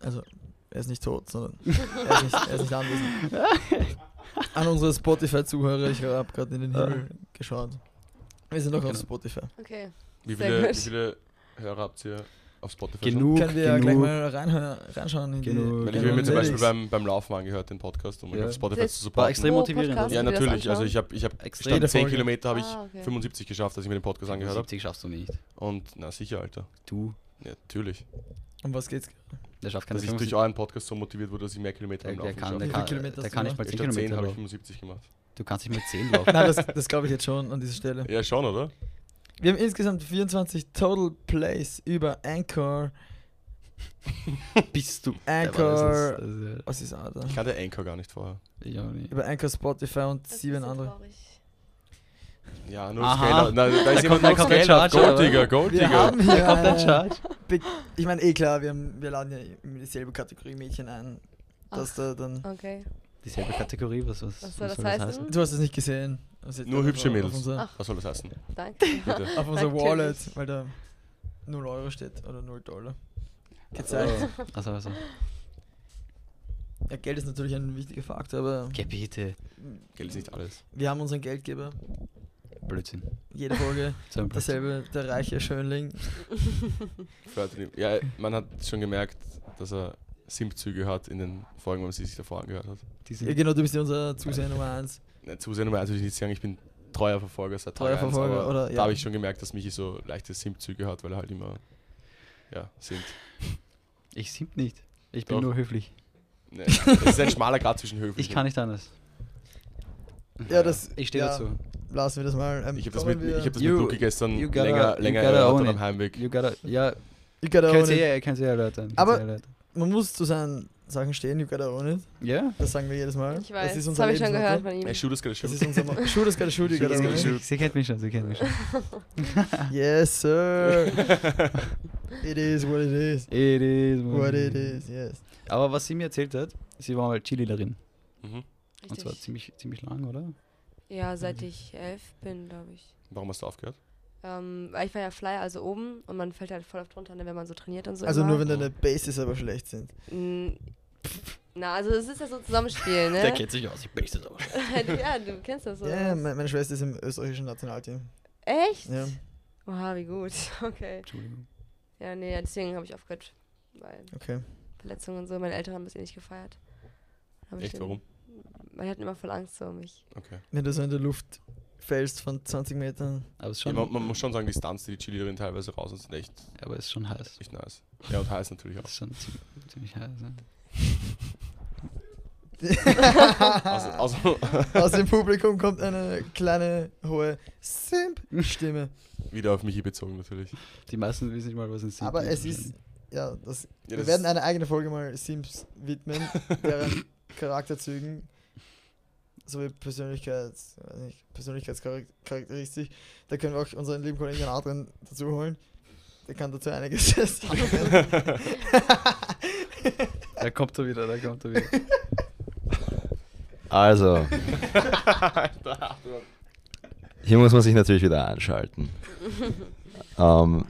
Also, er ist nicht tot, sondern er ist nicht, er ist nicht anwesend. An unsere Spotify-Zuhörer, ich habe gerade in den Himmel geschaut. Wir sind noch auf
Genau.
Spotify.
Okay.
Wie
Sehr
viele, wie
gut.
viele Hörer habt ihr auf Spotify?
Genug,
Können wir ja gleich
genug.
mal reinhö- reinschauen in
Genug.
die.
Schon? Weil ich
Keine
habe mir zum Beispiel
Lyrics.
beim, beim Laufen angehört, den Podcast, um euch
Ja.
auf Spotify
Das
zu
War
supporten.
extrem
Pro
motivierend.
Podcast?
Ja,
Hast du dir das
natürlich. Also
anschauen?
ich habe ich hab
Extrem.
stand 10
Folge.
Kilometer habe ich
Ah, okay.
75 geschafft, als ich mir den Podcast angehört habe.
70 schaffst du nicht.
Und na sicher, Alter.
Du,
Ja, natürlich.
Um was geht's?
der schafft keine
Dass ich durch
75.
euren Podcast so motiviert wurde, dass ich mehr Kilometer
Der,
am
der
Laufen
kann,
geschafft
der
Wie
habe.
viele
kann,
Kilometer
der
hast
kann
du
nicht mal
Statt
10
10
Kilometer
habe ich
laufen.
75 gemacht.
Du kannst nicht mal 10 laufen.
Nein, das, das glaube ich jetzt schon an dieser Stelle.
Ja, schon, oder?
Wir haben insgesamt 24 Total Plays über Anchor.
Bist du.
Anchor.
Das ist, äh,
Was ist Alter?
Ich kannte Anchor gar nicht vorher.
ich auch nicht.
Über Anchor, Spotify und
Das ist
sieben
so
andere.
traurig.
Ja, nur
Aha.
Scaler. Na, da ist
Da
jemand
kommt- da
noch
kommt der
Scaler.
Charger, oder?
Goldiger,
Wir
Goldiger.
haben hier
Kommt der
eine,
Charge?
Ich meine, eh klar, wir, haben, wir laden ja in dieselbe Kategorie Mädchen ein. Dass da dann,
Okay.
Dieselbe Kategorie, was, was,
Was soll das heißen?
du hast es nicht gesehen. Das ist jetzt
Nur
auf-
hübsche
auf
Mädels.
Unser,
Ach,
Was soll das heißen?
danke.
Bitte.
auf unser
Natürlich.
Wallet, weil da 0 Euro steht oder 0 Dollar.
Oh.
Gezeigt.
Achso, achso.
Ja, Geld ist natürlich ein wichtiger Faktor, aber
Geh bitte.
Geld ist nicht alles.
wir haben unseren Geldgeber.
Blödsinn.
Jede Folge
So ein Blödsinn.
dasselbe, der reiche Schönling.
Flirtet ihm. Ja, man hat schon gemerkt, dass er Simp-Züge hat in den Folgen, wenn man sie sich davor angehört hat.
Ja, genau, du bist ja unser Zuseher Nummer 1.
Na, Zusehen Nummer eins würde also ich nicht sagen, ich bin treuer Verfolger seit Tag
Treuer
eins,
Verfolger,
aber
oder?
Da
Ja.
habe ich schon gemerkt, dass Michi so leichte Simp-Züge hat, weil er halt immer ja, singt.
Ich simp nicht. Ich bin
Doch.
nur höflich.
Nee, es Ne, ist ein schmaler Grad zwischen höflich
Ich kann nicht anders.
Ja, das.
Ich stehe
ja,
dazu.
Lassen wir das mal. Ähm,
Ich habe das
kommen
mit, ich
wir-
hab das
You-
mit Luki gestern
you gotta-
länger,
you
länger
gotta own
erörtert
it.
am Heimweg.
You gotta, ja,
You gotta own
kannst du
it.
eh, kannst du eh erläutern. kannst
Aber-
du eh erläutern.
Man muss zu seinen Sachen stehen, you gotta own it.
Ja?
Das sagen wir jedes Mal.
Ich weiß,
das
das,
ist unser
habe ich schon gehört
Lebensmotto.
von ihm.
Hey, shoot is gonna shoot.
Das ist unser Mo- Shoot is gotta shoot, you
Shoot
gotta
is
own
gotta
it.
shoot.
Sie kennt mich schon, sie kennt mich schon.
Yes, sir. it is what it is.
It is
What it is, yes.
Aber was sie mir erzählt hat, sie war mal Chililerin.
Mhm.
Und zwar
Richtig.
ziemlich, ziemlich lang, oder?
Ja, seit ich elf bin, glaube ich.
Warum hast du aufgehört?
Ähm, weil ich war ja Flyer, also oben, und man fällt halt voll oft runter, ne, wenn man so trainiert und so.
Also
immer.
nur wenn deine Bases aber schlecht sind.
Mm, Na, also es ist ja so ein Zusammenspiel, ne?
sich aus, ich bin nicht so
ja, du kennst das so.
Ja, yeah, me- meine Schwester ist im österreichischen Nationalteam.
Echt?
Ja.
Oha, wie gut. Okay.
Entschuldigung.
Ja, nee, deswegen habe ich aufgehört. weil
Okay.
Verletzungen und so. Meine Eltern haben das eh nicht gefeiert. Dann hab ich
Echt,
den-
warum?
Meine hatten immer voll Angst so um mich.
Okay.
Wenn du so in der Luft fällst von 20 Metern.
Aber es ist
Ja,
schon,
man, man muss schon sagen, die Stunts, die die Cheerleaderin teilweise raus sind, sind echt,
aber es ist schon heiß.
echt nice. Ja, und heiß natürlich auch.
Das ist schon ziemlich, ziemlich heiß. Ne?
Also, also,
Aus dem Publikum kommt eine kleine, hohe Simp-Stimme.
wieder auf Michi bezogen natürlich.
Die meisten wissen nicht mal, was ein Sieb
Aber es ist, ja, das,
Ja,
wir
das
werden
ist-
eine eigene Folge mal Sims widmen, deren Charakterzügen sowie Persönlichkeits, weiß nicht, Persönlichkeitscharakteristik. Da können wir auch unseren lieben Kollegen Adrian dazu holen. Der kann dazu einiges sagen.
Da kommt er wieder, da kommt er wieder.
Also,
Alter,
hier muss man sich natürlich wieder anschalten. Ähm,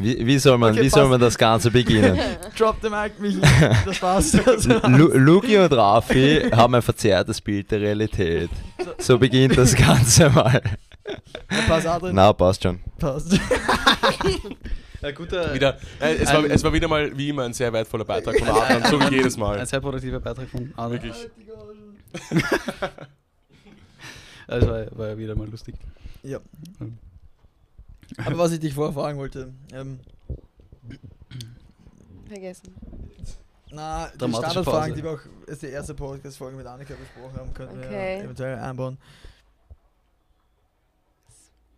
wie, wie, soll man,
Okay,
wie soll
passt.
man das Ganze beginnen?
Drop the mic, Michi. Das war's. Das war's.
Lu Luki und Rafi haben ein verzerrtes Bild der Realität. So beginnt das Ganze mal.
Pass, Adrian.
Na, passt schon.
Passt.
Ein guter,
wieder, äh, es, war, es war wieder mal wie immer ein sehr wertvoller Beitrag von Adrian, so wie jedes
Ein
Mal.
sehr produktiver Beitrag von Arne.
Wirklich.
Also war, war ja wieder mal lustig.
Ja. Aber was ich dich vorher fragen wollte, ähm,
Vergessen.
Na, die
Dramatische
Standardfragen,
Pause.
die wir auch als die erste Podcast-Folge mit Annika besprochen haben, könnten
Okay.
wir eventuell einbauen.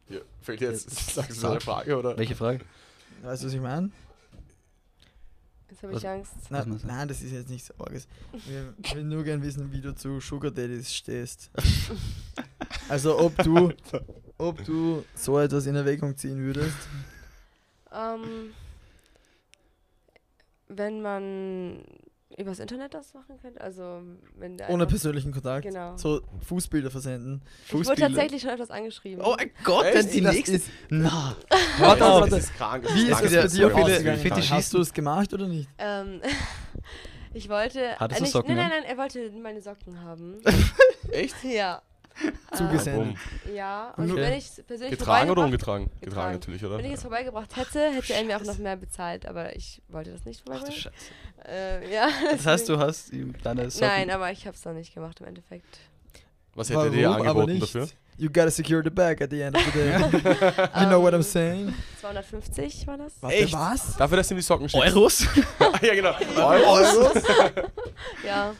Ja, fällt jetzt, sagst du so eine Frage, oder?
Welche Frage?
Weißt du, was ich meine?
Jetzt habe ich
Was-
Angst.
Na,
Was meinst du?
nein, das ist jetzt nichts Arges. Wir würden nur gerne wissen, wie du zu Sugar Daddies stehst. also, ob du, ob du so etwas in Erwägung ziehen würdest.
Ähm, wenn man übers Internet das machen könnte, also wenn der
Ohne
einfach-
persönlichen Kontakt.
Genau. Mhm.
So Fußbilder versenden.
Ich wurde tatsächlich schon öfters angeschrieben.
Oh mein Gott,
Echt?
denn die
Das
nächste.
ist-
Na,
Warte,
Das
warte.
ist krank.
Wie ist
krank.
es
Ja,
bei dir
sorry, viele
ausgegangen?
Fetischisten-
Hast du es gemacht oder nicht?
Ähm, ich wollte.
Hattest
äh,
du
nicht-
Socken
Nein,
an?
nein, nein, er wollte meine Socken haben.
Echt?
ja.
Zugesendet.
Warum?
Ähm, ja, und
Okay.
wenn ich es persönlich
Getragen oder
vorbeigebracht-
ungetragen? Getragen,
Getragen.
natürlich, oder?
Wenn ich es vorbeigebracht hätte, hätte er mir auch noch mehr bezahlt, aber ich wollte das nicht
Ach du
vorbeibringen.
Scheiße.
Ähm, ja,
Das heißt, du hast ihm deine Socken.
Nein, aber ich habe es noch nicht gemacht im Endeffekt.
Was hättet ihr
Warum? Aber
angeboten
nicht.
dafür?
You gotta secure the bag at the end of the day. you know what I'm
Ähm,
saying?
250 war das?
Warte,
Echt?
was?
Dafür, dass du ihm die Socken schickst.
Euros?
ja, genau.
Euros?
Ja.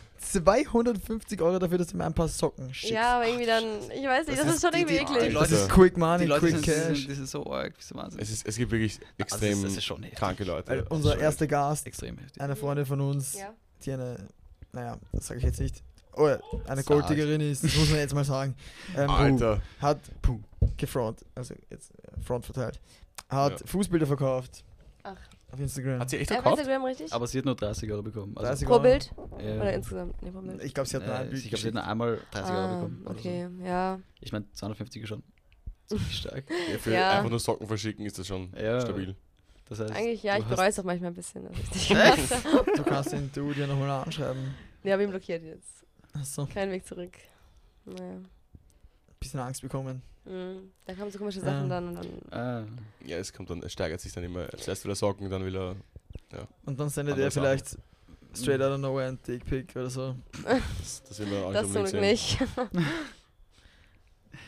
250 Euro dafür, dass du mir ein paar Socken schickst.
Ja, aber irgendwie dann, ich weiß nicht, das, ist schon irgendwie
die
eklig.
das
Leute-
ist Quick
Die
Money,
Leute
Quick
sind, sind,
Cash.
sind, sind so arg, das ist Wahnsinn.
Es, ist, es gibt wirklich extrem
das ist schon heftig.
kranke Leute.
Weil
ja.
unser erster Gast,
Extrem heftig.
eine Freundin von uns,
Ja. Äh,
die eine, naja, das sage ich jetzt nicht, oh, ja, eine Golddiggerin ist, das muss man jetzt mal sagen, ähm,
Alter.
hat gefront, also jetzt äh, Front verteilt, hat
Ja.
Fußbilder verkauft
Ach.
auf Instagram.
Hat sie echt
Er war
verkauft?
Instagram richtig?
Aber sie hat nur 30 Euro bekommen. Also,
30
pro
Euro.
Bild?
äh,
Oder insgesamt? Nee, pro Bild.
Ich glaube, sie hat nur
äh,
ein Bild.
ich glaube, sie hat
geschickt.
nur einmal 30 Euro
ah,
bekommen. oder
okay, ja.
So. Ich meine, 250 ist schon ziemlich stark.
Ja, für
Ja.
einfach nur Socken verschicken ist das schon
Ja.
stabil.
Das heißt,
Eigentlich ja,
du
ich
hast-
bereue es auch manchmal ein bisschen, dass ich es nicht gemacht habe.
Du kannst den Dude ja nochmal anschreiben.
Nee, habe ihn blockiert jetzt.
Achso, ein
Kein Weg zurück. Naja.
bisschen Angst bekommen.
Mhm. Da kamen so komische
Ja.
Sachen dann und dann.
Ah,
Ja, es kommt dann, es steigert sich dann immer. Zuerst will er Socken, dann will er.
Und dann sendet
Andere
er
Sachen.
vielleicht straight out of nowhere ein Dickpick oder so.
Das, das will man auch
Das
nicht
zum
unbedingt
Glück
sehen.
nicht.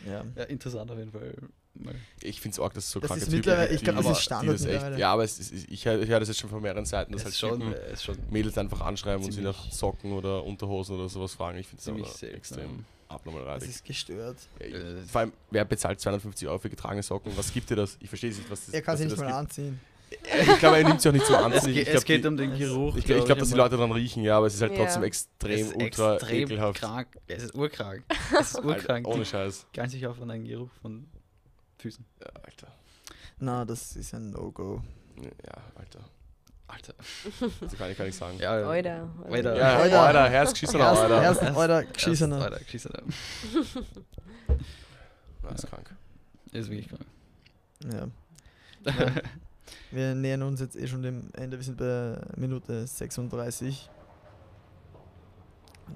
Ja.
ja, interessant auf jeden Fall. Mal.
Ich finde es arg, dass es so
Das
kranke
ist
Typen
mittlerweile-
gibt,
ich glaub,
die-
das ist
die
Standard
das echt,
mittlerweile.
Ja, aber es ist, ich, ich höre das jetzt schon von mehreren Seiten, dass
Es
halt
ist schon,
Typen
äh, ist schon
Mädels einfach anschreiben und sie nach
Ziemlich-
Socken oder Unterhosen oder sowas fragen. Ich finde
ziemlich
das aber
selten.
extrem abnormal
Das
reidig.
ist gestört.
Ja, ich-
Äh,
Vor allem, wer bezahlt 250 Euro für getragene Socken? Was gibt dir das? Ich verstehe es nicht, was das
Er kann
was
sie
dir
nicht mal
das
anziehen.
gibt. Ich glaube, er nimmt sie auch nicht so an.
Es,
Ich
ge- es
glaube,
geht
die-
um den
es-
Geruch.
ich glaub- ich glaube, dass die
einmal.
Leute dann riechen, ja, aber es ist halt
Ja.
trotzdem
Es
extrem,
ist
ultra
extrem
ekelhaft.
krank. Es ist urkrank. Es ist
Alter,
urkrank.
ohne Scheiß.
Gar nicht auf an einen Geruch von Füßen.
Ja, Alter.
Na, das ist ein No-Go.
Ja, Alter.
Alter.
So kann ich gar nicht sagen. Ja,
Ja,
Oida.
Oida.
ja
Alter.
Alter, Herz geschissen,
Herz-
Alter.
Herz-
Erst-
Alter,
erst-
geschissener.
Alter, geschissener.
Ja, ist krank.
Ist wirklich krank.
Ja. Ja. Wir nähern uns jetzt eh schon dem Ende. Wir sind bei Minute 36.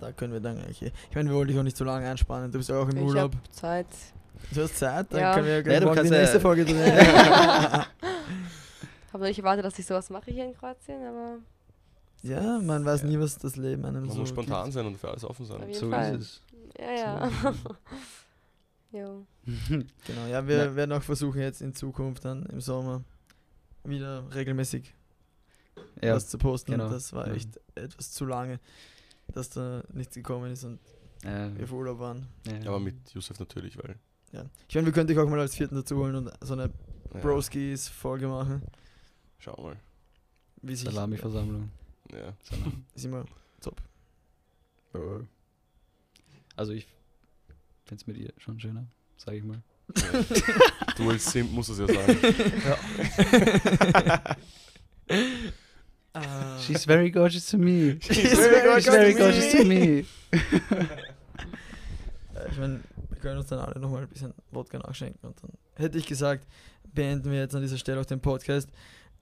Da können wir dann gleich. eh- Ich meine, wir wollen dich auch nicht so lange einspannen. Du bist ja auch im
Ich
Urlaub.
hab Zeit.
Du hast Zeit, dann
Ja.
können wir ja
Ja,
gleich
du
morgen die
kannst, äh,
nächste Folge drehen.
Habe noch nicht erwartet, dass ich sowas mache hier in Kroatien, aber
Ja, man weiß nie, was das Leben einem
Man
so
muss spontan
gibt.
sein und für alles offen sein.
auf jeden
So
Fall.
ist
Ja, ja. jo.
es.
Genau, ja, wir
Na-
werden auch versuchen jetzt in Zukunft dann im Sommer wieder regelmäßig
ja,
was zu posten.
genau.
Das war
Ja.
echt etwas zu lange, dass da nichts gekommen ist und
äh,
wir auf Urlaub waren.
ja.
Aber mit Yusuf natürlich, weil.
Ja. Ich meine, wir könnten dich auch mal als Vierten dazu holen und so eine
Ja,
Broskis-Folge machen.
Schau mal.
Wie sich
Salami-Versammlung.
Ja.
ist immer top.
Also ich finde es mit ihr schon schöner, sage ich mal.
Du als Simp musst es ja sagen.
Ah.
She's very gorgeous to me.
She's very
She's very
gorgeous
gorgeous
to
to me.
Äh, Ich meine, wir können uns dann alle nochmal ein bisschen Wodka nachschenken und dann hätte ich gesagt, beenden wir jetzt an dieser Stelle auch den Podcast.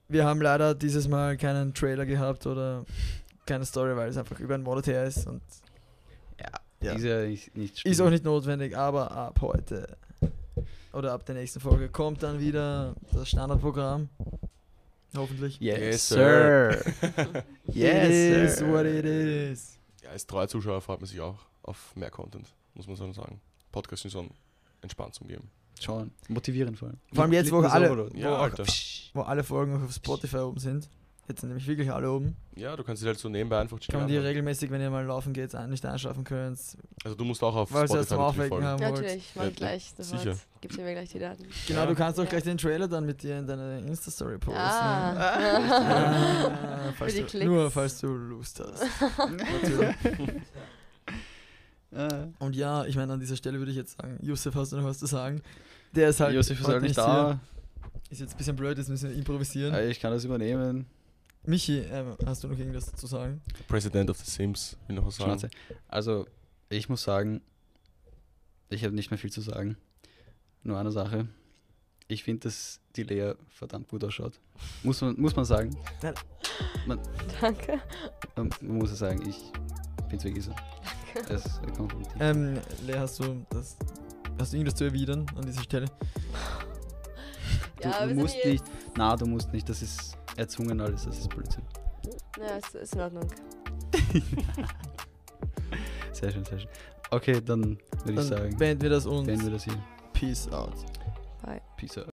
Wir haben leider dieses Mal keinen Trailer gehabt oder keine Story, weil es einfach über einen Monat her ist und Ja.
Ist ja nicht, nicht
ist auch
schlimm.
nicht notwendig, aber ab heute oder ab der nächsten Folge kommt dann wieder das Standardprogramm. Hoffentlich.
Yes,
Yes,
sir.
it
yes,
is
sir.
what it is.
Ja, als treuer Zuschauer freut man sich auch auf mehr Content, muss man so sagen. Podcasts sind schon entspannt zum Geben.
Schon. Motivierend vor allem.
Vor allem jetzt, wo
Lippen
alle-
sauber, oder?
Ja,
Boah.
Alter.
Wo alle Folgen auch auf Spotify oben sind. Jetzt sind nämlich wirklich alle oben.
Ja, du kannst dich halt so nebenbei einfach
Kann man die
anhören.
regelmäßig, wenn ihr mal laufen geht, ein- nicht einschlafen könnt.
Also du musst auch auf
Weil sie erst
Spotify
zum
natürlich
Aufwecken
folgen.
haben wollt.
Natürlich, mach ich gleich sofort.
Sicher.
Gibst du mir gleich die Daten.
Genau, du kannst auch
Ja.
gleich den Trailer dann mit dir in deine Insta-Story posten.
Ah.
Ah, falls
Für die
du,
Klicks.
nur falls du Lust hast. Natürlich.
Äh,
Und ja, ich meine, an dieser Stelle würde ich jetzt sagen, Josef, hast du noch was zu sagen? Der ist halt
Josef ist
heute
halt nicht
hier.
da.
Ist jetzt ein bisschen blöd, jetzt müssen wir improvisieren.
Äh, Ich kann das übernehmen.
Michi, ähm, hast du noch irgendwas zu sagen?
President of the Sims, will noch was sagen.
Schnauze. Also, ich muss sagen, ich habe nicht mehr viel zu sagen. Nur eine Sache. Ich finde, dass die Lea verdammt gut ausschaut. Muss man, muss man sagen.
Danke.
Ähm, Man muss es sagen, ich bin wirklich so. Es äh, kommt von tief.
Ähm, Lea, hast du das. Hast du irgendwas zu erwidern an dieser Stelle?
Du,
Ja,
du
wir sind
musst
hier
nicht. Na, du musst nicht. Das ist erzwungen alles. Das ist Blödsinn.
Ja, es ist in Ordnung.
Sehr schön, sehr schön. Okay, dann würde ich
Dann
sagen,
beenden wir das und
beenden wir das hier.
peace out.
Bye.
Peace out.